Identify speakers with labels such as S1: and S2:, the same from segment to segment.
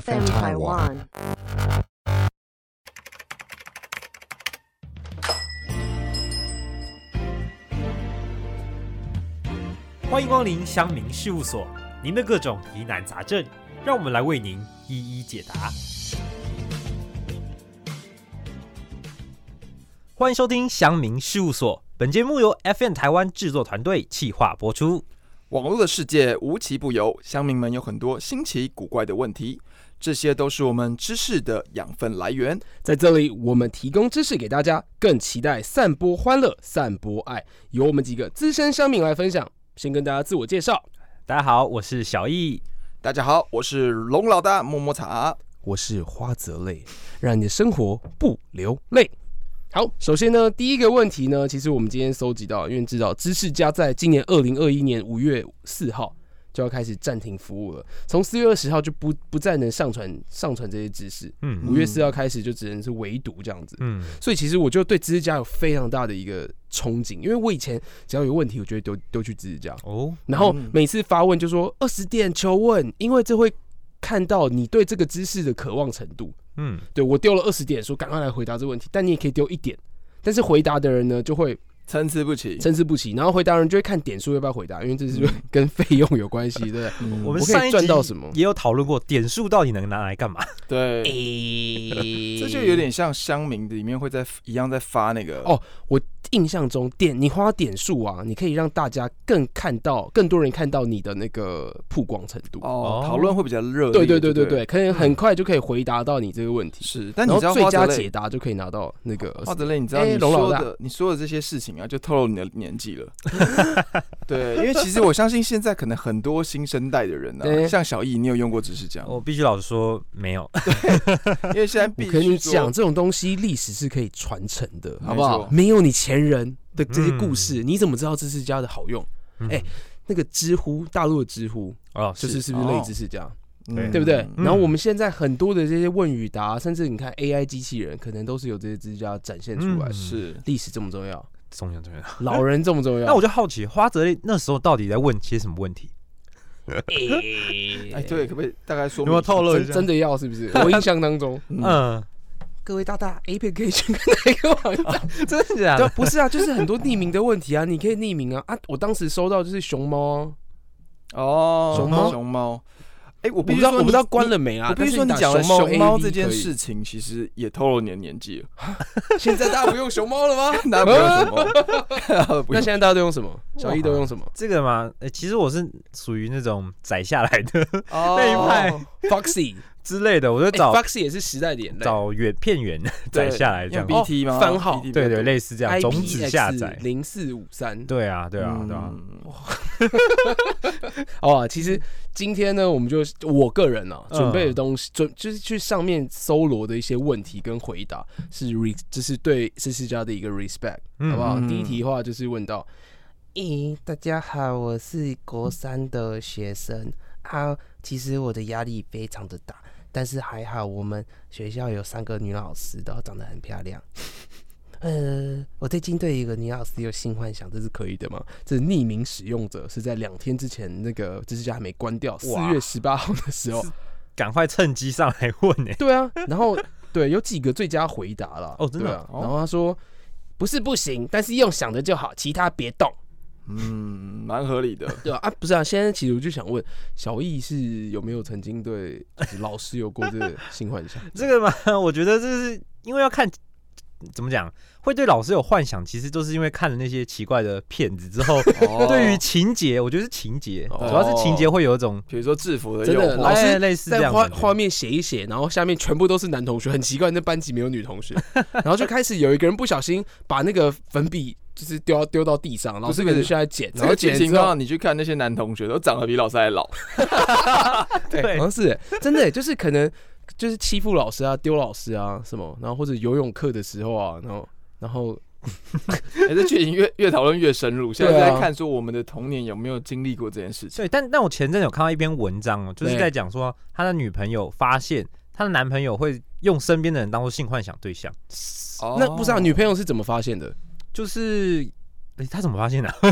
S1: FM Taiwan.
S2: 欢迎光临乡民事务所，您的各种疑难杂症，让我们来为您一一解答。欢迎收听乡民事务所，本节目由 FN 台湾制作团队企划播出。
S3: 网络的世界无奇不有，乡民们有很多新奇古怪的问题，这些都是我们知识的养分来源。
S4: 在这里，我们提供知识给大家，更期待散播欢乐、散播爱，由我们几个资深乡民来分享。先跟大家自我介绍，
S2: 大家好，我是小易。
S3: 大家好，我是龙老大摸摸茶。
S4: 我是花泽类，让你的生活不流泪。好，首先呢，第一个问题呢，其实我们今天搜集到，因为知道知识家在今年二零二一年五月四号就要开始暂停服务了，从四月二十号就不不再能上传上传这些知识，
S2: 嗯
S4: 五月四号开始就只能是围读这样子。
S2: 嗯，
S4: 所以其实我就对知识家有非常大的一个憧憬，因为我以前只要有问题，我就会丢丢去知识家，
S2: 哦，
S4: 然后
S3: 嗯
S4: 每次发问就说二十点求问，因为这会看到你对这个知识的渴望程度。
S2: 嗯，
S4: 对我丢了二十点，说赶快来回答这个问题，但你也可以丢一点，但是回答的人呢就会
S3: 参差不齐。
S4: 参差不齐，然后回答的人就会看点数要不要回答，因为这是 跟费用有关系，对不对？
S3: 嗯
S2: 我们
S4: 我可以
S2: 上一集
S4: 赚到什么
S2: 也有讨论过，点数到底能拿来干嘛？哎
S3: 对，这就有点像乡民里面会在一样在发那个
S4: 哦印象中点你花点数啊，你可以让大家更看到更多人看到你的那个曝光程度。
S3: 哦
S2: 哦，
S3: 讨论会比较热烈。
S4: 对对
S3: 对
S4: 对对
S3: 不
S4: 对，可以很快就可以回答到你这个问题，
S3: 是。但你
S4: 然
S3: 知道
S4: 后最
S3: 花泽
S4: 佳解
S3: 类，
S4: 答就可以拿到那个
S3: 花泽类，你知道
S4: 哎
S3: 你
S4: 龙老
S3: 说
S4: 大
S3: 的你说的这些事情啊，就透露你的年纪了。 对，因为其实我相信现在可能很多新生代的人
S4: 对
S3: 呢，像小易，你有用过只是这样，
S2: 我必须老实说，没有。
S3: 因为现在
S4: 我
S3: 必
S4: 跟你
S3: 须说
S4: 讲，这种东西历史是可以传承的，
S3: 没
S4: 好不好
S3: 错？嗯
S4: 没有你前人的这些故事，你怎么知道知识家的好用？哎那个知乎，大陆的知乎，
S2: 哦，
S4: 就是是是不是类
S3: 哦
S4: 知识家，
S3: 嗯
S4: 对不对？
S2: 嗯
S4: 然后我们现在很多的这些问与答，甚至你看 AI 机器人，可能都是由这些知识家展现出来
S2: 嗯
S4: 的。
S3: 是，
S4: 历史这么重要，
S2: 重要重要。
S4: 老人这么重 要，
S2: 那我就好奇，花泽类那时候到底在问些什么问题？
S3: 哎，对，可不可以大概说
S2: 嗯
S3: 明
S2: 有没有透露一
S4: 真
S2: 下？
S4: 真的要是 不是？我印象当中，
S3: 嗯，
S2: 嗯，
S4: 各位大大 A 片可以去看哪一个网站？
S2: 真的假
S4: 对
S2: 的？
S4: 啊，不是啊，就是很多匿名的问题啊，你可以匿名啊啊！我当时收到就是熊猫啊，
S3: 哦，
S4: 熊猫
S3: 熊猫，哎，我
S4: 我不
S3: 必须
S4: 知道
S3: 说
S4: 我
S3: 你，
S4: 不知道关了没
S3: 你。
S4: 啊
S3: 我。必
S4: 但
S3: 须
S4: 是
S3: 说，你
S4: 打
S3: 讲了
S4: 熊
S3: 熊猫
S4: AV
S3: 这件
S4: 可以，
S3: 事情，其实也透露你的年纪了。
S4: 现在大家不用熊猫了吗？
S3: 那不用什么，不
S4: 那
S3: 用
S4: 现在大家都用什么？小易都用什么
S2: 这个嘛，呃其实我是属于那种载下来的
S3: 那
S2: 一派
S4: ？Foxy，
S2: 之类的，我就
S4: 哎
S2: 找、
S4: Foxy 也是时代的眼泪。
S2: 找原片源 载下来这样。哦
S4: 用
S3: BT 吗？
S4: 哦番号
S3: BT 比较
S2: 对对，
S3: 多
S2: 类似这样，种子下载。
S4: 零四五三。
S2: 对啊，对啊，对啊。
S3: 嗯
S4: 哦，其实今天呢，我们就我个人啊，
S2: 嗯
S4: 准备的东西，准就是去上面搜罗的一些问题跟回答，是 re，这是对知识家的一个 respect。
S2: 嗯
S4: 好不好？
S3: 嗯
S4: 第一题的话就是问到，咦、大家好，我是国三的学生啊，其实我的压力非常的大，但是还好我们学校有三个女老师都长得很漂亮。 呃，我最近对一个女老师有性幻想，这是可以的吗？这是匿名使用者是在两天之前，那个知识家还没关掉，四
S2: 哇
S4: 月十八号的时候
S2: 是，赶快趁机上来问欸呢、
S4: 对啊，然后对有几个最佳回答了
S2: 哦真的
S4: 对啊
S3: 哦
S4: 然后他说不是不行，但是用想的就好，其他别动。
S3: 嗯，蛮合理的。
S4: 对啊，啊不是啊，现在其实我就想问，小易是有没有曾经对就是老师有过这个性幻 想？
S2: 这个嘛， 我觉得这是因为要看怎么讲，会对老师有幻想，其实都是因为看了那些奇怪的片子之后，
S3: 哦
S2: 对于情节，我觉得是情节，
S4: 哦
S2: 主要是情节会有一种
S3: 比如说制服的
S4: 真
S3: 诱
S4: 的老
S3: 惑，
S4: 师
S2: 哎类似这
S4: 在
S2: 样
S4: 画
S2: 的
S4: 画面写一写，然后下面全部都是男同学，很奇怪，那班级没有女同 学，然后就开始有一个人不小心把那个粉笔就是丢到丢到地上，老师可能就在捡，然
S3: 然
S4: 后
S3: 后
S4: 捡
S3: 情
S4: 之
S3: 情
S4: 后
S3: 况，，你去看那些男同学都长得比老师还老。
S2: 对
S4: 好像是欸真的，就是可能就是欺负老师啊，丢老师啊什么，然后或者游泳课的时候啊，然后然后
S3: 哎，这剧情越越讨论越深入，现在
S4: 对啊
S3: 在看说我们的童年有没有经历过这件事情。
S2: 对，但但我前阵有看到一篇文章哦，就是
S4: 对
S2: 在讲说他的女朋友发现他的男朋友会用身边的人当做性幻想对象，
S3: 哦
S4: 那不知道女朋友是怎么发现的？
S2: 就是、诶他怎么发现的、 好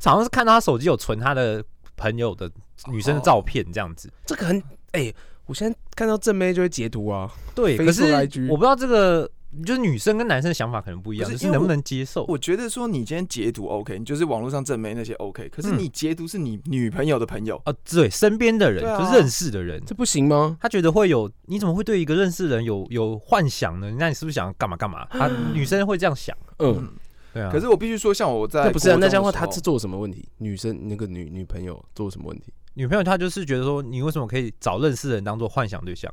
S2: 像哦是看到他手机有存他的朋友的女生的照片这样子，
S4: 这个很哎、我现在看到正妹就会截图啊，
S2: 对，可
S4: Facebook
S2: 是
S4: IG
S2: 我不知道这个就是女生跟男生的想法可能不一样，
S3: 不
S2: 就是是能不能接受？
S3: 我觉得说你今天截图 OK，你就是网络上正妹那些 OK，可是
S2: 嗯
S3: 你截图是你女朋友的朋友，
S2: 啊，对，身边的人、
S3: 对啊
S2: 就认识的人，
S4: 这不行吗？
S2: 他觉得会有，你怎么会对一个认识的人有有幻想呢？那你是不是想要干嘛干嘛？ 啊，女生会这样想，
S4: 嗯，
S2: 对啊。
S3: 可是我必须说，像我在
S4: 那不是
S3: 国
S4: 啊，
S3: 中
S4: 那这样的话
S3: 的
S4: 他
S3: 时
S4: 是
S3: 候
S4: 做什么问题？女生那个女女朋友做什么问题？
S2: 女朋友她就是觉得说，你为什么可以找认识的人当做幻想对象，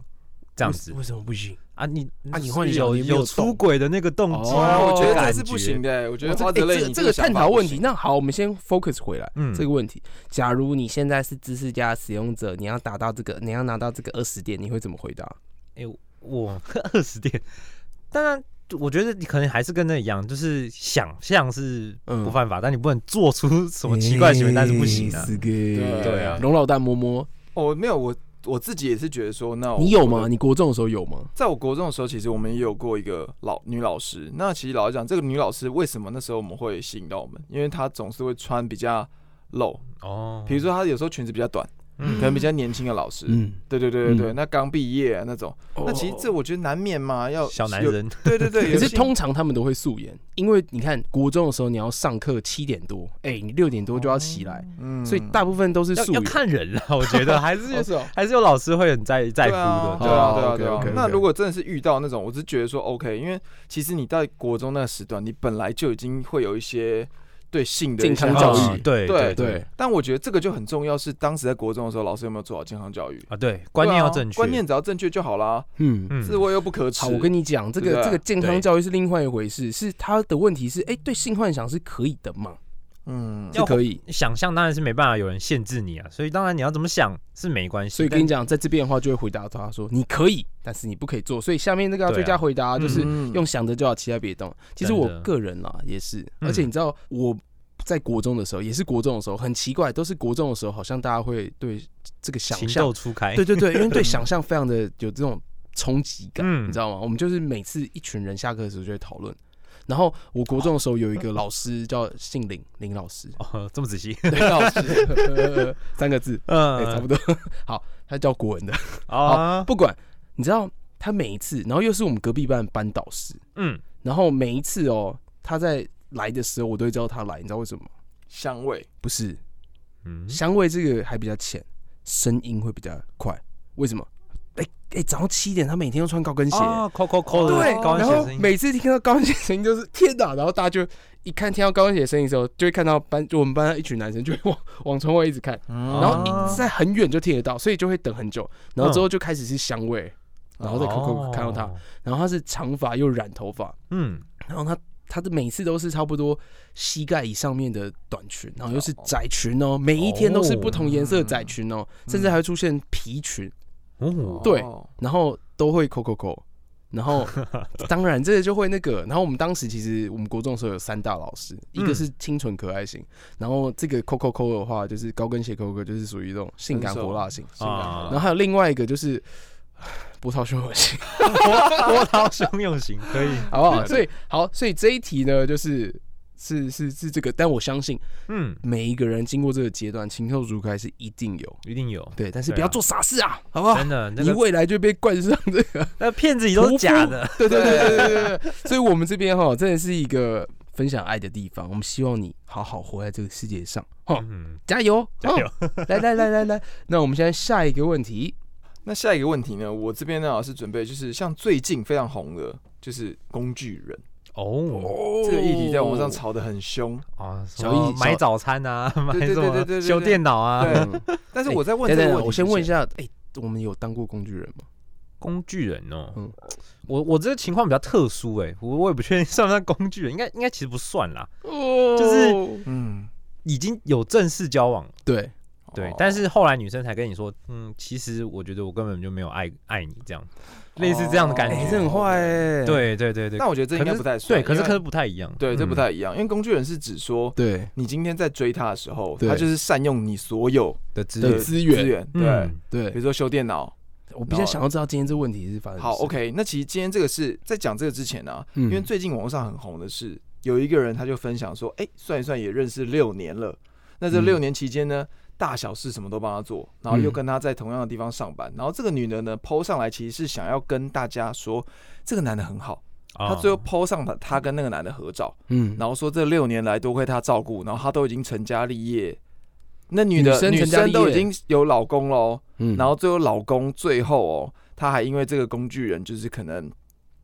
S2: 这样子
S4: 为什么不行？
S2: 啊？你
S4: 啊你
S2: 是
S4: 幻想
S2: 有
S4: 你没有
S2: 有出
S4: 动
S2: 轨的那个动机，
S4: 哦
S3: 啊我觉得
S2: 感
S3: 哦这是不行的、我觉得
S4: 这
S3: 花
S4: 哎这
S3: 泽类
S4: 个
S3: 你
S4: 这个
S3: 想
S4: 探
S3: 法
S4: 讨
S3: 不
S4: 问
S3: 行
S4: 题，那好，我们先 focus 回来。
S2: 嗯
S4: 这个问题，假如你现在是知识家使用者，你要达到这个，你要拿到这个二十点，你会怎么回答？
S2: 哎、我 二十点，当然，我觉得你可能还是跟那一样，就是想象是
S4: 嗯
S2: 不犯法，但你不能做出什么奇怪的行为，那是不行啊的、
S4: 是个
S3: 对啊
S4: 龙老大摸摸，
S3: 哦，没有，我我自己也是觉得说，那我
S4: 你有
S3: 哦我
S4: 吗？
S3: 的
S4: 你国中的时候有吗？
S3: 在我国中的时候，其实我们也有过一个老女老师。那其实老实讲，这个女老师为什么那时候我们会吸引到我们？因为她总是会穿比较露，
S2: 哦，嗯
S3: 比如说她有时候裙子比较短，可能比较年轻的老师。
S4: 嗯，
S3: 对对对对对，
S4: 嗯
S3: 那刚毕业、那种，那其实这
S4: 哦。
S3: 我觉得难免嘛，要
S2: 小男
S3: 有
S2: 人，
S3: 对对 对，
S4: 可是
S3: 有些
S4: 通常他们都会素颜，因为你看国中的时候你要上课七点多，哎、你六点多就要起来，
S3: 嗯
S4: 所以大部分都是
S2: 要
S4: 素
S2: 要
S4: 颜。
S2: 看人了， 我觉 得还是
S3: 就是哦
S2: 还是有老师会很在在乎
S3: 对啊
S2: 的，
S3: 对
S2: 对啊
S3: 啊，
S4: 哦
S3: 对啊，
S4: OK，
S3: 对啊
S4: OK，OK。
S3: 那如果真的是遇到那种，我只是觉得说 OK，因为其实你在国中那个时段，你本来就已经会有一些对性的一些
S4: 健康
S3: 好
S4: 教
S3: 奇
S4: 育
S2: 啊对
S3: 对
S4: 对，
S3: 但我觉得这个就很重要，是当时在国中的时候，老师有没有做好健康教育？
S2: 啊，对，观念要正
S3: 对啊
S2: 确，
S3: 观念只要正确就好啦，
S4: 嗯，
S2: 嗯
S3: 自慰又不可耻。
S4: 好，我跟你讲，这
S3: 对不
S4: 个
S3: 对
S4: 这个健康
S2: 对
S4: 教育是另外一回事，是他的问题是，哎、对性幻想是可以的嘛？
S3: 嗯，
S4: 是可以。
S2: 想象当然是没办法有人限制你啊，所以当然你要怎么想是没关系，
S4: 所以跟你
S2: 但
S4: 讲，在这边的话就会回答他说，你可以，但是你不可以做。所以下面那个要
S2: 对啊
S4: 追加回答、
S2: 嗯
S4: 就是
S3: 嗯
S4: 用想着就好，期待别动。其实
S2: 真
S4: 我
S2: 的
S4: 个人啦也是，
S2: 嗯
S4: 而且你知道我在国中的时候，也是国中的时候，很奇怪，都是国中的时候，好像大家会对这个想
S2: 情
S4: 象
S2: 窦，初开，
S4: 对对对，因为对想象非常的有这种 冲击感，
S2: 嗯
S4: 你知道吗？我们就是每次一群人下课的时候就会讨论。然后我国中的时候有一个老师叫姓林， 林老 师，
S2: 哦，这么仔细，
S4: 林老师三 个字，哎，差
S2: 嗯
S4: 不，多。 好，他教国文的，
S2: 啊，
S4: 不管，你知道他每一次，然后又是我们隔壁班班导师，
S2: 嗯，
S4: 然后每一次哦，他在来的时候，我都会知道他来，你知道为什么吗？
S3: 香味，
S4: 不是
S2: 嗯，
S4: 香味这个还比较浅，声音会比较快，为什么？哎、哎、早上七点，他每天都穿高跟鞋。哦
S2: 啊，抠抠抠的
S4: 对，
S2: 高跟
S4: 然
S2: 鞋
S4: 后
S2: 声音，
S4: 每次听到高跟鞋声音就是天哪，然后大家就一看听到高跟鞋声音的时候，就会看到班就我们班一群男生就会往往窗外一直看，然
S2: 啊
S4: 后一在很远就听得到，所以就会等很久，然后之后就开始是香味，然后再扣扣看到他
S2: 哦，
S4: 然后他是长发又染头发，
S2: 嗯，
S4: 然后他他的每次都是差不多膝盖以上面的短裙，然后又是窄裙哦，每一天都是不同颜色的窄裙哦，甚至还会出现皮裙，
S2: 哦，
S4: 对
S3: 哦
S4: 然后都会扣扣扣。然 后，当然这个就会那个。然后我们当时其实我们国中的时候有三大老师，一个是清纯可爱型，然后这个扣扣扣的话就是高跟鞋扣扣，就是属于这种性感
S3: 分手
S4: 火辣型。
S3: 性感好
S2: 啊
S4: 然后还有另外一个就是波涛汹涌 型，
S2: 波涛汹涌型可以，嗯
S4: 好不好？所以好，所以这一题呢，就是是是是这个，但我相信
S2: 嗯，
S4: 每一个人经过这个阶段，情窦初开是一定有，
S2: 一定有，
S4: 对，但是
S2: 对啊
S4: 不要做傻事啊，好不好？
S2: 真的，那
S4: 你
S2: 个
S4: 未来就被冠上这 个，
S2: 那骗子也都是假的，
S4: 对对对对对对对。 所以我们这边哈，真的是一个分享爱的地方，我们希望你好好活在这个世界上，哈，
S2: 嗯，
S4: 加油，
S2: 加油
S4: 哦！来来来来来，那我们现在下一个问题，
S3: 那下一个问题呢？我这边呢老师准备就是像最近非常红的，就是工具人
S2: 哦，
S3: 这个议题在网
S4: 哦
S3: 上吵得很凶。
S2: 啊，什
S4: 小
S2: 么
S4: 易
S2: 买
S4: 小
S2: 早餐啊，买
S3: 对对对
S2: 什
S3: 对对
S2: 么
S3: 对
S2: 修电脑啊，
S3: 对，
S4: 嗯。
S3: 但是我在问
S4: 等
S3: 这个问
S4: 等等，
S3: 题，
S4: 我先问一，下，哎、我们有当过工具人吗？
S2: 工具人哦
S4: 嗯，
S2: 我我这个情况比较特殊哎，我我也不确定 算不算工具人，应该应该其实不算啦，
S4: 哦
S2: 就是
S3: 嗯，
S2: 已经有正式交往，
S4: 对，
S2: 对
S3: 哦，
S2: 但是后来女生才跟你说，嗯，其实我觉得我根本就没有爱爱你这样，类似这样的感
S4: 哎、
S3: 哦
S4: 这
S2: 觉，
S4: 很坏哎、
S2: 对对对对，
S3: 但我觉得这应该
S2: 可是
S3: 不太算，
S2: 对，可是
S3: 因为
S2: 可是不太一样，
S3: 对，这
S2: 嗯
S3: 不太一样，因为工具人是指说
S4: 对
S3: 你今天在追他的时候，
S4: 对
S3: 他就是善用你所有
S2: 的资
S3: 的
S2: 源
S4: 对，资源
S3: 资源对
S2: 嗯，
S3: 比如
S4: 对，
S3: 说修电脑。
S4: 我比较想要知道今天这问嗯题是发生什
S3: 好
S4: 么
S3: ，OK，那其实今天这个是在讲这个之前呢、啊，
S4: 嗯
S3: 因为最近网络上很红的是有一个人他就分享说，哎、算一算也认识六年了，那这
S4: 嗯
S3: 六年期间呢，大小事什么都帮他做，然后又
S2: 嗯
S3: 跟他在同样的地方上班。然后这个女的呢，PO 上来其实是想要跟大家说，这个男的很好。
S2: 哦
S4: 啊
S3: 她最后 PO 上了她跟那个男的合照，
S4: 嗯，
S3: 然后说这六年来多亏她照顾，然后她都已经成家立业。那女
S4: 女
S3: 的
S4: 生
S3: 女
S4: 成家
S3: 生
S4: 立
S3: 都已
S4: 业
S3: 经有老公喽，
S4: 嗯
S3: 然后最后老公最后哦，她还因为这个工具人，就是可能，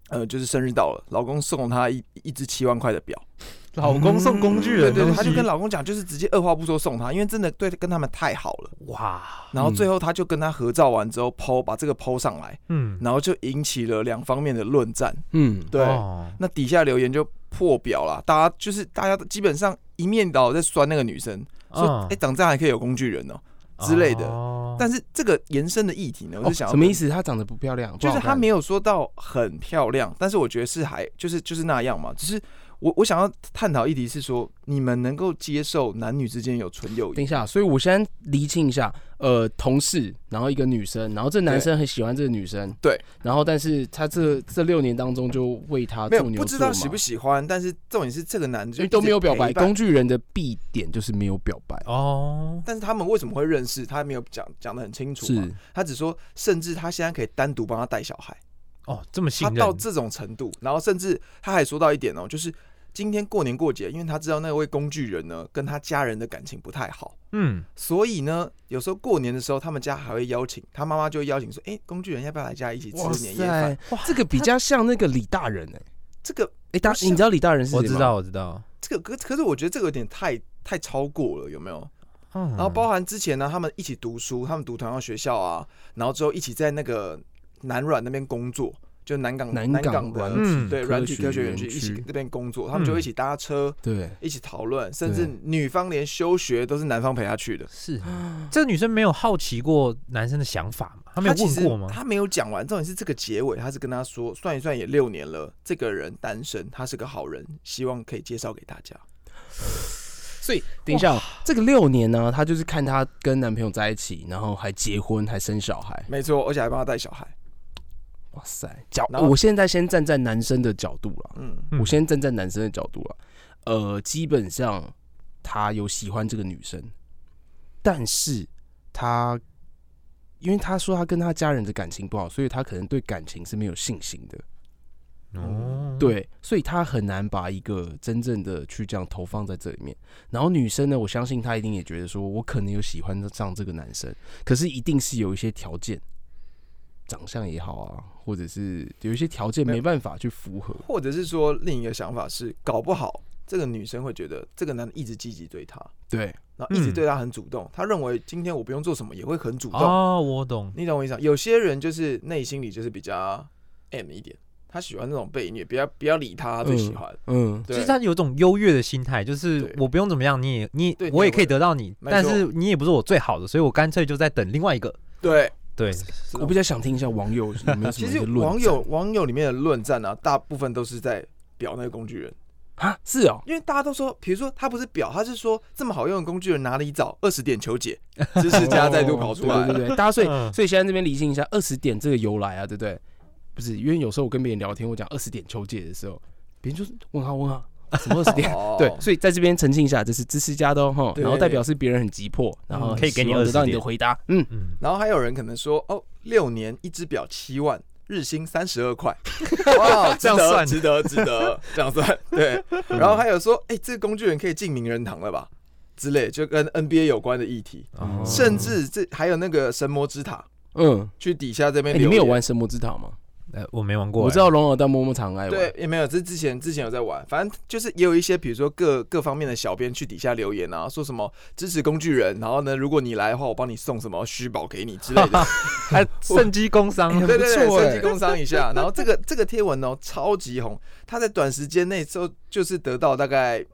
S3: 呃，就是生日到了，老公送她一一只七万块的表，
S2: 老公送工具
S3: 对
S2: 人的
S3: 对，
S2: 东西，
S3: 她就跟老公讲，就是直接二话不说送她，因为真的对跟他们太好了。
S2: 哇，
S3: 然后最后她就跟他合照完之后剖把这个剖上来，
S2: 嗯，
S3: 然后就引起了两方面的论战。
S4: 嗯，
S3: 对，
S2: 哦
S3: 那底下留言就破表了，大家就是大家基本上一面倒在酸那个女生，说
S2: 嗯
S3: 哎长这样还可以有工具人哦。之类的
S2: 哦
S3: 但是这个延伸的议题呢，我
S4: 哦
S3: 就想要
S4: 什么
S3: 跟
S4: 意思？她长得不漂亮，
S3: 就是她
S4: 她
S3: 没有说到很漂亮，但是我觉得是还就是就是那样嘛。只是我我想要探讨议题是说，你们能够接受男女之间有纯友
S4: 等
S3: 谊？
S4: 一下，所以我先厘清一下，呃，同事，然后一个女生，然后这男生很喜欢这个女生，
S3: 对，
S4: 然后但是他这这六年当中就为她
S3: 没有
S4: 做牛
S3: 不知道
S4: 做
S3: 喜
S4: 马
S3: 不，喜欢，但是重点是这个男的
S4: 因
S3: 就
S4: 为都没有
S3: 一直
S4: 表
S3: 陪
S4: 白。
S3: 伴
S4: 工具人的必点就是没有表白，
S2: 哦，
S3: 但是他们为什么会认识？他没有讲讲的很清楚嘛
S4: 是。
S3: 他只说，甚至他现在可以单独帮他带小孩，
S2: 哦，这么信
S3: 他
S2: 任，
S3: 到这种程度。然后甚至他还说到一点哦，就是今天过年过节，因为他知道那位工具人呢跟他家人的感情不太好，
S2: 嗯，
S3: 所以呢，有时候过年的时候，他们家还会邀请他妈妈就会邀请说，哎、工具人要不要来家一起吃
S4: 哇
S3: 年夜饭
S4: 塞？，这个比较像那个李大人哎、
S3: 这个
S4: 哎，大
S3: 不像
S4: 你知道李大人是谁
S2: 我
S4: 吗？
S2: 知道，我知道，
S3: 这个可可是我觉得这个有点太太超过了，有没有？
S2: 嗯，
S3: 然后包含之前呢，他们一起读书，他们读同样学校啊，然后之后一起在那个南软那边工作，就南港
S4: 南
S3: 南
S4: 港
S3: 港的
S4: 软
S2: 嗯
S3: 对
S4: 科
S3: 软体
S4: 学
S3: 科学
S4: 园
S3: 园区一
S4: 区
S3: 起那边工作，他们就
S2: 嗯
S3: 会一起搭车。
S4: 对，
S3: 一起讨论，甚至
S4: 对
S3: 女方连休学都是男方陪她去的。
S2: 是这个女生没有好奇过男生的想法吗？她没有
S3: 其
S2: 问
S3: 实
S2: 过吗？
S3: 他没有讲完，重点是这个结尾，他是跟他说，算一算也六年了，这个人单身，他是个好人，希望可以介绍给大家。
S4: 所以等一下哦，这个六年呢，她就是看她跟男朋友在一起，然后还结婚，还生小孩。
S3: 没错，而且还帮他带小孩。
S4: 哇塞，角，
S3: 然后
S4: 我现在先站在男生的角度了，
S3: 嗯，
S2: 嗯
S4: 我先站在男生的角度了，呃，基本上他有喜欢这个女生，但是他因为他说他跟他家人的感情不好，所以他可能对感情是没有信心的，
S2: 哦，
S4: 对，所以他很难把一个真正的去这样投放在这里面。然后女生呢，我相信她一定也觉得说，我可能有喜欢上这个男生，可是一定是有一些条件，长相也好啊，或者是有一些条件
S3: 没有
S4: 没办法去符合。
S3: 或者是说另一个想法是，搞不好这个女生会觉得这个男的一直积极对她，
S4: 对，
S3: 然后一直
S2: 嗯
S3: 对她很主动，她认为今天我不用做什么也会很主动。
S2: 哦，我懂，
S3: 你懂我意思吗？有些人就是内心里就是比较 M 一点，他喜欢那种被虐，不要不要理他，他最喜欢。
S4: 嗯，
S3: 对
S2: 就是他有种优越的心态，就是
S3: 对
S2: 我不用怎么样，你也你
S3: 对
S2: 我也
S3: 你也
S2: 可以得到你，
S3: 没错
S2: 但是你也不是我最好的，所以我干脆就在等另外一个。
S3: 对，
S2: 对，
S3: 这种
S4: 我比较想听一下网友有没有什
S3: 其
S4: 么
S3: 实
S4: 一些 论
S3: 网
S4: 战
S3: 友网友里面的论战啊，大部分都是在表那个工具人，
S4: 啊，是哦，
S3: 因为大家都说，比如说他不是表，他是说这么好用的工具人哪里找？二十点求 解，知识家再度跑出来
S4: 哦对
S3: 了。
S4: 对对，大家所以
S2: 嗯
S4: 所以现在这边理清一下二十点这个由来啊，对不对？不是，因为有时候我跟别人聊天，我讲二十点求解的时候，别人就是问号问号，什么二十点？
S3: 哦
S4: 对，所以在这边澄清一下，这是知识家的哦，吼
S3: 对嗯
S4: 然后代表是别人很急迫，然后
S2: 可以给你
S4: 希望得到
S2: 20
S4: 你的
S2: 点
S4: 回答。嗯，
S2: 嗯，
S3: 然后还有人可能说，哦，六年一只表七万，日薪三十二 块，哇，值
S2: 这样
S3: 得，
S2: 算
S3: 值得，值得，这样算。对，然后还有说，哎、这个工具人可以进名人堂了吧？之类，就跟 NBA 有关的议题，
S2: 哦
S3: 甚至这还有那个神魔之塔，
S4: 嗯，
S3: 去底下这边、
S4: 哎，你们有？玩神魔之塔吗？
S2: 呃，我没玩过欸，
S4: 我知道龙耳蛋摸摸常爱玩，
S3: 对，也没有，这之前之前有在玩，反正就是也有一些，比如说各各方面的小编去底下留言啊，说什么支持工具人，然后呢，如果你来的话，我帮你送什么虚宝给你之类 的，
S2: 还趁机工 商，
S4: 哎
S3: 对对
S4: 很
S3: 对，
S4: 不错
S3: 趁
S4: 欸
S3: 机工商一下。然后这个这个贴文哦，超级红，他在短时间内就就是得到大概。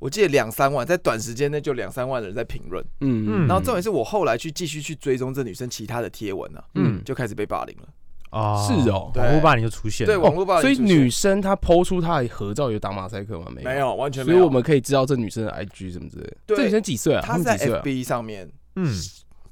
S3: 我记得两三万，在短时间内就两三万人在评论，
S4: 嗯，嗯，
S2: 嗯
S3: 然后重点是我后来去继续去追踪这女生其他的贴文啊，
S4: 嗯
S3: 就开始被霸凌了。
S2: 哦，
S4: 是哦
S3: 对
S2: 网络霸凌就出现了，
S3: 对网络霸凌
S4: 所以
S3: 出现
S4: 女生她抛出她的合照有打马赛克吗？没
S3: 没。有，完全没有。
S4: 所以我们可以知道这女生的 IG 什么之类的。
S3: 对
S4: 这女生几岁啊？
S3: 他
S4: 们
S3: 在
S4: 几岁啊？
S3: FB 上面
S2: 嗯，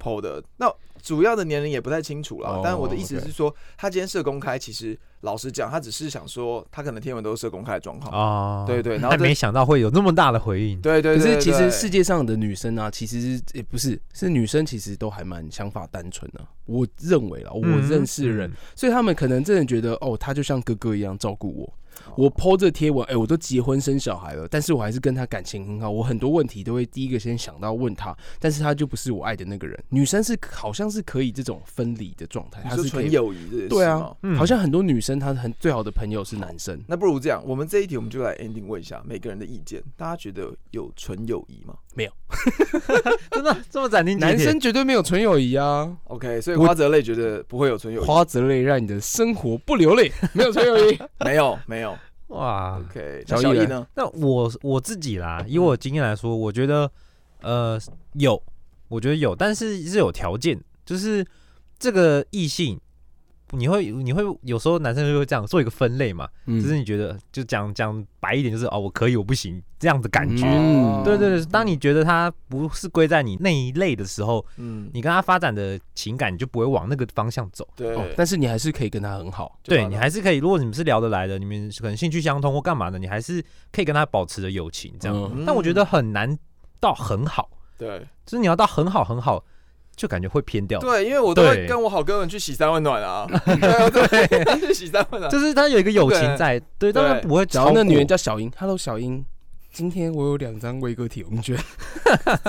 S3: PO 的，那主要的年龄也不太清楚啦
S4: 哦。
S3: 但我的意思
S4: OK
S3: 是说，他今天设公开，其实老实讲，他只是想说，他可能天文都是设公开的状况。
S2: 哦，
S3: 对 对，然后
S2: 但
S3: 这
S2: 没想到会有那么大的回应。
S3: 对对
S4: 可
S3: 对，
S4: 是其
S3: 对
S4: 实世界上的女生啊，其实是也不是，是女生其实都还蛮想法单纯的、我认为啦，我
S2: 嗯
S4: 认识的人，，所以他们可能真的觉得，哦，他就像哥哥一样照顾我。
S3: 哦
S4: 我剖这贴文，哎、我都结婚生小孩了，但是我还是跟他感情很好。我很多问题都会第一个先想到问他，但是他就不是我爱的那个人。女生是好像是可以这种分离的状态，
S3: 你
S4: 她
S3: 说
S4: 是可
S3: 纯
S4: 以，
S3: 友谊这件
S4: 对啊
S3: 事吗
S2: 嗯
S4: 好像很多女生她很最好的朋友是男生。
S3: 那不如这样，我们这一题我们就来 ending 问一下每个人的意见，大家觉得有纯友谊吗
S2: 真的这么斩
S3: 嗯
S2: 钉截铁。
S4: 男生绝对没有纯友谊啊！
S3: ？OK，所以
S4: 我
S3: 花泽类觉得不会有纯友谊，
S4: 花泽类让你的生活不流泪，没有纯友谊。
S3: 没有没有。
S2: 哇，
S3: OK，
S4: 啊小
S3: 那
S4: 易
S3: 小易
S4: 嘞
S3: 呢？
S2: 那我我自己啦，以我经验来说，我觉得呃有，我觉得有，但是是有条件，就是这个异性，你会你会有时候男生就会这样做一个分类嘛，
S4: 嗯
S2: 就是你觉得就讲讲白一点，就是哦我可以我不行这样的感觉。
S4: 嗯
S2: 对对对，当你觉得他不是归在你那一类的时候，
S3: 嗯，
S2: 你跟他发展的情感你就不会往那个方向走。
S3: 对
S4: 哦，，但是你还是可以跟他很好。
S3: 就
S2: 对
S3: 把
S2: 你
S3: 它
S2: 还是可以，如果你们是聊得来的，你们可能兴趣相通或干嘛的，你还是可以跟他保持着友情这样。
S4: 嗯
S2: 但我觉得很难到很好，
S3: 对
S2: 就是你要到很好很好，就感觉会偏掉。
S3: 对，因啊为我都会
S2: 对
S3: 跟我好哥们去洗三温暖啊，对对对，去洗三温暖。
S2: 就是他有一个友情
S3: 对
S2: 在，对，但他
S3: 对
S2: 不会
S4: 只
S2: 找
S4: 要那女人叫小英，Hello 小英，今天我有两张威哥体红券，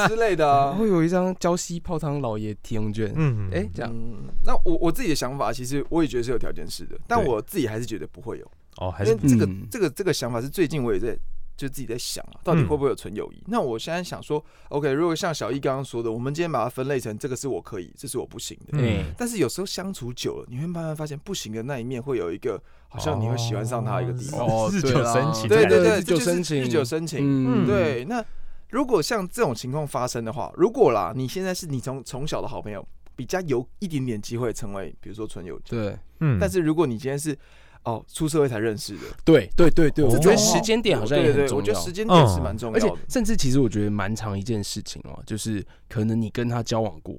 S3: 之类的
S4: 然
S3: 啊。
S4: 后有一张礁西泡汤老爷体红券。
S2: 嗯，
S4: 哎，这样
S3: 嗯，那我我自己的想法，其实我也觉得是有条件式的，但
S2: 对
S3: 我自己还是觉得不会有，
S2: 哦，还
S3: 因为
S2: 是
S3: 这个
S4: 嗯
S3: 这个这个想法是最近我也在就自己在想啊，到底会不会有纯友谊？那我现在想说，OK，如果像小易刚刚说的，我们今天把它分类成这个是我可以，这是我不行的。
S2: 嗯
S4: 哎，
S3: 但是有时候相处久了，你会慢慢发现不行的那一面会有一个好像你会喜欢上他的一个地方。
S4: 哦
S2: 日
S4: 对
S2: 久
S4: 啦
S2: 生情，
S3: 对对对，这
S4: 日久
S3: 就是
S4: 生情
S3: 日久生情。
S4: 嗯
S3: 对，那如果像这种情况发生的话，如果啦，你现在是你从从小的好朋友，比较有一点点机会成为，比如说纯友情。
S4: 对
S2: 嗯，
S3: 但是如果你今天是哦出社会才认识的，
S4: 对对对对，
S2: 哦
S4: 我觉得时间点好像也
S3: 对
S4: 很
S3: 对，
S4: 重
S3: 我觉得
S4: 要
S3: 时。间点是
S2: 嗯
S3: 蛮重要
S4: 而且
S3: 的。
S4: 甚至其实我觉得蛮长一件事情哦，就是可能你跟他交往过，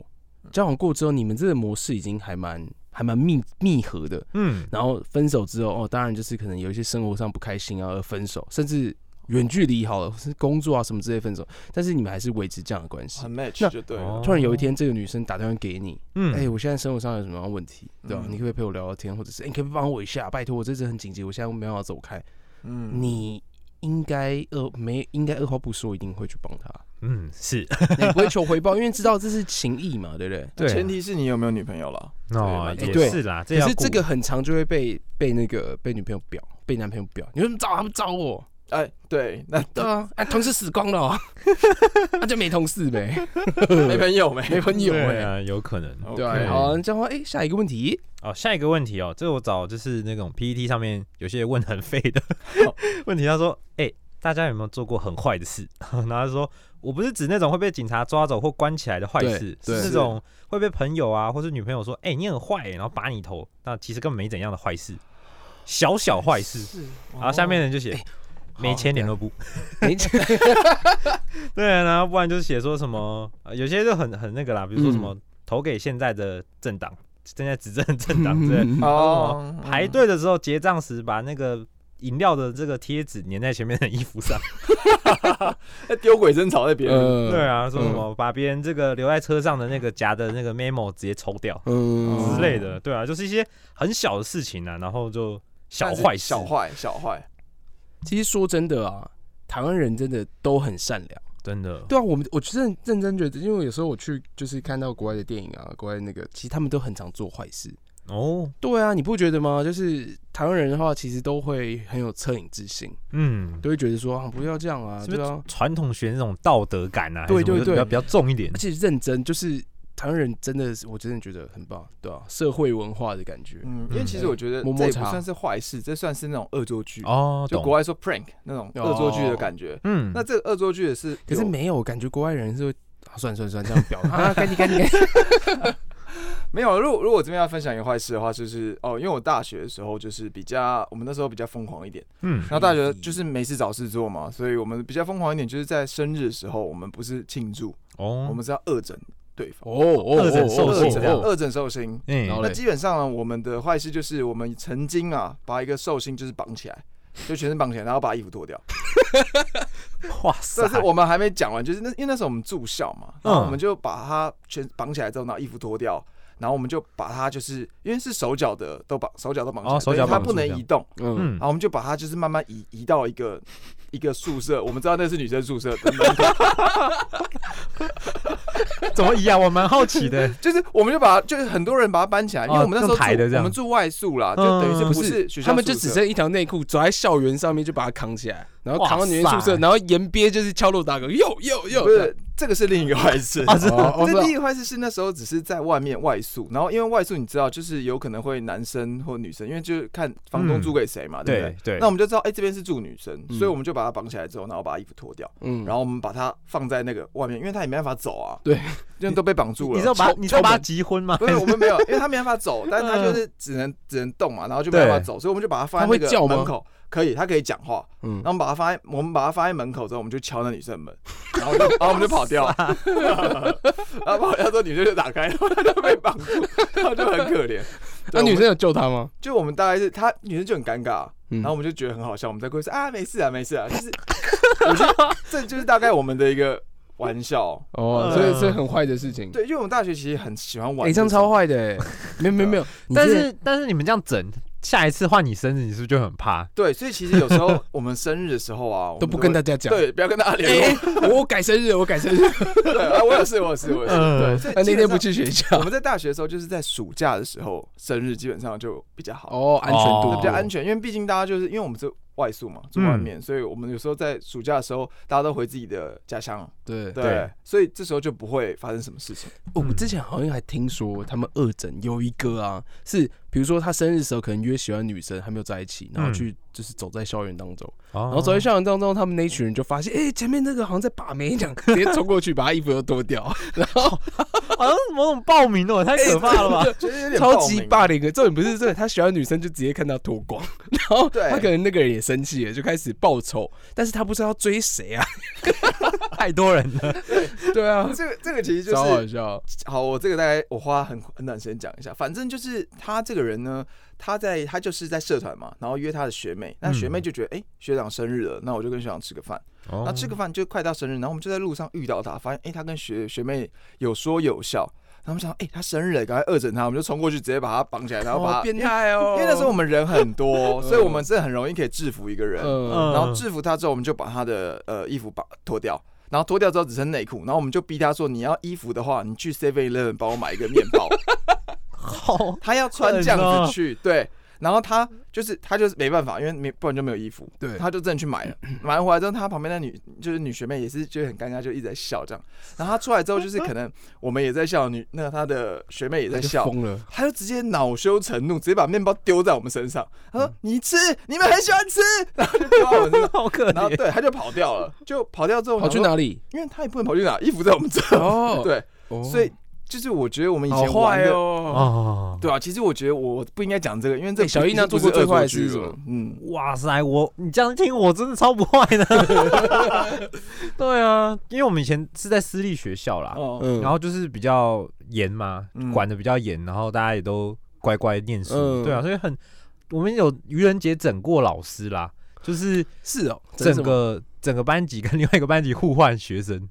S4: 交往过之后，你们这个模式已经还蛮还蛮密密合的。
S2: 嗯，
S4: 然后分手之后，哦，当然就是可能有一些生活上不开心啊而分手，甚至远距离好了，是工作啊什么之类分手，但是你们还是维持这样的关系。
S3: 很
S4: 那
S3: match 就对了
S2: 哦，
S4: 突然有一天，这个女生打电话给你，
S2: 嗯，
S4: 哎、我现在生活上有什么样的问题，对吧、
S3: 嗯
S4: 你可不可以陪我聊聊天，或者是、哎你可不可以帮我一下？拜托，我这次很紧急，我现在没办法走开。
S3: 嗯，
S4: 你应该二没应该二话不说，一定会去帮他，
S2: 嗯是，
S4: 你不会求回报，因为知道这是情谊嘛，对不对？
S3: 那
S2: 对啊
S3: 前提是你有没有女朋友了？
S2: 哦
S3: 对
S2: 也
S4: 对
S2: 是啦，
S4: 可
S2: 要
S4: 是
S2: 顾
S4: 这个很长就会被被那个被女朋友表，被男朋友表，你为什么找他不找我？
S3: 哎，对， 那
S4: 对啊，哎，同事死光了、哦，那、就没同事呗，
S3: 没朋友没？
S4: 没朋友
S2: 对
S4: 哎、
S2: 啊，有可能。
S4: 对啊
S3: OK
S4: 好，这样的话，哎，下一个问题，
S2: 哦，下一个问题哦，这个我找就是那种 PPT 上面有些问很废的
S3: 哦
S2: 问题，他说：“哎、大家有没有做过很坏的事？” 然后他说：“我不是指那种会被警察抓走或关起来的坏
S4: 对
S2: 事，
S4: 对
S2: 是那种会被朋友啊或是女朋友说‘哎、你很坏欸、然后拔你头，那其实根本没怎样的坏事，小小坏事。然后下面人就写、没钱联络部，
S4: 哎没钱，
S2: 对，啊然后不然就写说什么，呃有些就很很那个啦，比如说什么、
S4: 嗯
S2: 投给现在的政党，现在执政的政党之类的。
S3: 哦，
S2: 排队的时候结账时，把那个饮料的这个贴纸粘在前面的衣 服上。
S3: 哎丢鬼争吵在别人。
S4: 呃
S2: 对，
S3: 嗯
S2: 啊，说什么把别人这个留在车上的那个夹的那个 memo 直接抽掉
S4: 嗯
S2: 之类的。对啊，就是一些很小的事情啊，然后就小
S3: 但是
S2: 坏事
S3: 小，坏，小坏，
S4: 其实说真的啊，台湾人真的都很善良。
S2: 真的。
S4: 对啊，我们我真的认真觉得，因为有时候我去就是看到国外的电影啊，国外那个，其实他们都很常做坏事。
S2: 哦，
S4: 对啊，你不觉得吗？就是台湾人的话，其实都会很有恻隐之心，
S2: 嗯，
S4: 都会觉得说啊，不要这样啊，
S2: 是不
S4: 对啊
S2: 是，传统学那种道德感啊？还是
S4: 对
S2: 什么
S4: 对对
S2: 就比较比较重一点
S4: 而。且认真，就是台湾人真的是，我真的觉得很棒，对啊，社会文化的感觉。
S3: 嗯，因为其实
S4: 嗯
S3: 我觉得
S4: 摸摸
S3: 这也不
S4: 茶
S3: 算是坏事，这算是那种恶作剧，
S2: 哦，
S3: 就
S2: 懂
S3: 国。外说 prank 那种恶作剧的感觉。
S2: 嗯，
S3: 那这个恶作剧也是有，
S4: 可是没有，我感觉国外人是会。啊、算了算了算了，这样表啊，赶紧赶紧赶紧！
S3: 没有。啊如果如果我这边要分享一个坏事的话，就是哦，因为我大学的时候就是比较，我们那时候比较疯狂一点。
S2: 嗯
S3: 然后大学就是没事找事做嘛，所以我们比较疯狂一点，就是在生日的时候，我们不是庆祝，
S2: 哦，
S3: 我们是要恶整对方。
S4: 哦哦
S2: 二诊
S3: 二
S2: 兽
S3: 诊
S2: 性
S3: 啊
S2: 哦
S3: 二诊寿星。
S4: 然
S2: 嗯
S4: 后
S3: 那
S4: 嘞
S3: 基本上呢我们的坏事就是我们曾经啊，把一个寿星就是绑起来，就全身绑起来，然后把衣服脱掉。
S2: 哇
S3: 这
S2: 塞
S3: 是，我们还没讲完，就是那因为那时候我们住校嘛，
S2: 嗯
S3: 然后我们就把他全绑起来之后，然后衣服脱掉，然后我们就把他就是因为是手脚的都绑，手脚都绑起来，
S2: 哦手脚
S3: 他
S2: 绑
S3: 不
S2: 住
S3: 能
S2: 这样
S3: 移动，
S4: 嗯，
S2: 嗯
S3: 然 后我们就把他就是慢慢移移到一个一个宿舍，我们知道那是女生宿舍 的门口，
S2: 怎么移啊？我蛮好奇的。
S3: 就是我们就把就是很多人把他搬起来，因为
S2: 哦
S3: 我们那时候
S2: 用抬的这
S3: 住我
S2: 样
S3: 们住外宿啦，就
S2: 嗯
S3: 等于是
S2: 嗯
S3: 不是学校宿舍，
S4: 他们就只剩一条内裤，走在校园上面就把它扛起来，然后
S2: 哇
S4: 扛到女生宿舍，
S2: 塞
S4: 然后沿边就是敲锣打鼓，哟哟哟，
S3: 不是这个是另一个坏事。
S2: 啊，是
S4: 哦，
S3: 这第
S4: 哦
S3: 一个坏事是那时候只是在外面外宿，然后因为外宿你知道，就是有可能会男生或女生，因为就是看房东
S2: 嗯
S3: 租给谁嘛， 对不
S2: 对
S3: 对？
S2: 对，
S3: 那我们就知道，哎，这边是住女生，
S4: 嗯
S3: 所以我们就把她绑起来之后，然后把她衣服脱掉，
S4: 嗯
S3: 然后我们把她放在那个外面，因为她也没办法走啊，
S4: 对，
S3: 因为都被绑住了。
S2: 你知道把
S4: 敲
S2: 你知道把
S4: 敲
S2: 他
S4: 门
S2: 急婚 吗？
S3: 不是我们没有，因为她没办法走，但
S2: 嗯
S3: 她就是只能只能动嘛，然后就没办法走，所以我们就把她放在那
S4: 她会叫
S3: 个
S4: 吗
S3: 门口，可以，她可以讲话，
S4: 嗯
S3: 然后我们把她放在我们把她放在门口之后，我们就敲那女生的门，然后就然 后我们就跑掉， 然后跑掉之后女生就打开，然后她就被绑住，然后就很可怜。对
S4: 那女
S3: 我
S4: 生
S3: 们
S4: 有救他吗？
S3: 就我们大概是她女生就很尴尬，
S4: 嗯
S3: 然后我们就觉得很好笑，我们在故事啊，没事啊，没事啊，就是我觉得这就是大概我们的一个玩笑。
S4: 哦，
S2: 呃
S4: 所以这很坏的事情。
S3: 对，因为我们大学其实很喜欢玩，
S4: 嗯哎，这样超，坏的，哎没有没有没有，你
S2: 但
S4: 这
S2: 是但是你们这样整，下一次换你生日，你是不是就很怕？
S3: 对，所以其实有时候我们生日的时候啊，我们
S4: 都不跟
S3: 会
S4: 大家讲。
S3: 对，不要跟大家联
S4: 哎，
S3: 络。
S4: 哎我改生日，我改生日，
S3: 对啊，我有事，我有事，我有事。对，
S2: 嗯，
S3: 所以
S4: 那
S3: 基本上
S4: 那天不。去学校，
S3: 我们在大学的时候，就是在暑假的时候，生日基本上就比较好，
S4: 哦，安全度
S2: 哦
S3: 比较安全，因为毕竟大家就是因为我们是外宿嘛，住外
S4: 嗯
S3: 面，所以我们有时候在暑假的时候，大家都回自己的家乡，
S4: 对，
S3: 对
S2: 对，
S3: 所以这时候就不会发生什么事 情。
S4: 我们之前好像还听说他们二诊有一个啊，是比如说他生日的时候可能约喜欢女生还没有在一起，然后去就是走在校园当中，
S3: 哦
S2: 然
S4: 然后走在校园当中，他们那一群人就 发现，哎、前面那个好像在把妹，这样直接冲过去把他衣服又脱掉，
S2: 好像是某种暴民哦，太可怕 了吧？
S3: 就是 有点
S4: 超级霸
S3: 暴
S4: 凌的。重点不是这个，他喜欢的女生就直接看到脱 光，然后
S3: 对
S4: 他可能那个人也生气了，就开始报仇，但是他不知道要追谁 啊，
S2: 太多人了，
S4: 对啊
S3: 民。，这个这个其实就
S4: 超好
S3: 是
S4: 笑，
S3: 好，我这个大概我花很很短时间讲一下。反正就是他这个人呢，他在他就是在社团嘛，然后约他的学妹，那
S2: 嗯
S3: 学妹就觉得哎、诶学长生日了，那我就跟学长吃个饭。那
S2: 那
S3: 吃个饭就快到生日，然后我们就在路上遇到他，发现哎、诶他跟学学妹有说有笑，然后我们想哎、诶他生日了，赶快恶整他，我们就冲过去直接把他绑起来，然后把
S4: 好
S3: 他。
S4: 变嗯态哦！
S3: 因为那时候我们人很 多，所以我们真的很容易可以制服一个人。
S2: 嗯
S4: 呃，
S3: 然后制服他之后，我们就把他的呃衣服把脱掉，然后脱掉之后只剩内裤，然后我们就逼他说，你要衣服的话，你去 Seven Eleven 帮我买一个面包。
S2: 好，
S3: 他要穿这样子去，对。然后他就是他就是没办法，因为没不然就没有衣服，
S4: 对
S3: 他就真的去 买了。买完回来之后，他旁边的女就是女学妹也是觉得很尴尬，就一直在笑这样。然后他出来之后，就是可能我们也在笑，女那个他的学妹也在
S4: 就
S3: 笑，
S4: 疯了，
S3: 他就直接恼羞成怒，直接把面包丢在我们身上。他
S4: 嗯
S3: 说：“你吃，你们很喜欢吃。” 然后就丢 到我们身上，
S2: 好可
S3: 然后
S2: 怜。
S3: 对，他就跑掉了，就跑掉之后
S4: 跑去？
S3: 我想
S4: 哪里？
S3: 说因为他也不能跑去哪，衣服在我们这。
S4: 哦，
S3: 对，
S4: 哦，
S3: 所以就是我觉得我们以
S4: 好
S3: 前玩
S4: 坏
S3: 的，
S4: 哦。
S2: 哦，
S3: 对啊，其实我觉得我不应该讲这个，因为这
S4: 哎小伊娜
S3: 不
S4: 做
S3: 是
S4: 过最坏
S3: 恶作
S4: 的
S3: 剧
S4: 事是什
S3: 了
S4: 么
S3: 嗯，
S2: 哇塞，我你这样听我真的超不坏的。 对啊，因为我们以前是在私立学校啦，
S3: 哦，
S4: 嗯
S2: 然后就是比较严嘛
S3: 嗯，
S2: 管的比较严，然后大家也都乖乖念
S4: 嗯
S2: 书。对啊，所以很我们有愚人节整过老师啦，就是
S4: 是哦，
S2: 整
S4: 什么
S2: 个整个班级跟另外一个班级互换学生，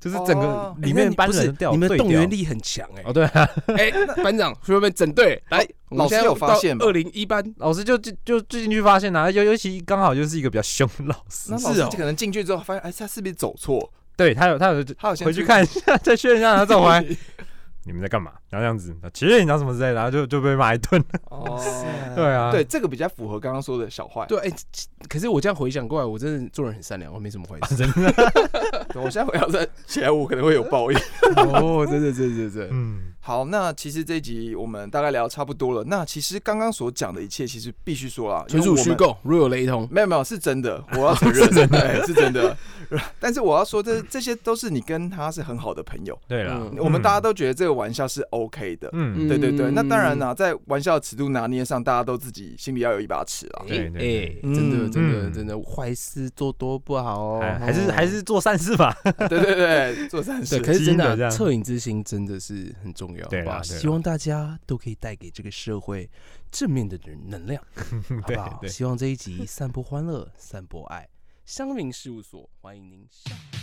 S2: 就是整个
S3: 哦
S4: 哎
S2: 里
S4: 那
S2: 面
S4: 你
S2: 班
S4: 不是
S2: 人掉
S4: 你们
S2: 对
S4: 动
S2: 调
S4: 员力很强哎
S2: 哦，。对啊，
S4: 哎，班长，学妹们整队来，我
S3: 老
S4: 们
S3: 师
S4: 现在
S3: 有发现吗
S4: 二零一班
S2: 老师就就就最近去发现啊，尤尤其刚好就是一个比较凶的老师
S3: 那，
S4: 是
S3: 老师
S4: 哦
S3: 可能进去之后发现，哎，他是不是走错？
S2: 对他有他有
S3: 他有先
S2: 回去看一 下，再确认一下，然后 再回来。你们在干嘛？然后这样子，其实你知道什么之类的，然后就就被骂一顿。
S3: 哦，
S2: 对啊，
S3: 对，，这个比较符合刚刚说的小坏。
S4: 对，哎、其可是我这样回想过来，我真的做人很善良，我没什么坏 事。
S2: 真的，
S3: 对，我现在回想在起来，我可能会有报应。
S4: 哦，真的，真的，真的，
S2: 嗯，
S3: 好，那其实这一集我们大概聊差不多了。那其实刚刚所讲的一切，其实必须说啦，
S4: 纯
S3: 因为我
S4: 属
S3: 们
S4: 虚构，如有雷同。
S3: 没有没有，是真的，我要承认，是真的，是真的。 但是我要说，这这些都是你跟他是很好的朋友。
S2: 对啦
S4: 嗯，
S3: 我们大家
S2: 都
S3: 都觉得这个玩笑是 OK 的。
S2: 嗯，
S3: 对对对，那当然啦、啊在玩笑尺度拿捏上，大家都自己心里要有一把尺啦。
S2: 对对
S4: 哎、
S2: 对
S4: 真的
S3: 嗯
S4: 真的
S2: 嗯
S4: 真的，
S5: 坏事做多不好哦，
S2: 还还是还是做善事吧。
S3: 啊对对对，做善
S4: 对，
S3: 事。
S4: 可是真的
S2: 基因的这
S4: 啊
S2: 样
S4: 恻隐之心真的是很重要，
S2: 对啦
S4: 好吧
S2: 对啦啊
S4: 希望大家都可以带给这个社会正面的能能量，
S3: 嗯
S4: 好不
S2: 对
S4: 好？
S2: 对
S4: 希望这一集散播欢乐，散播爱。香茗事务所欢迎您下。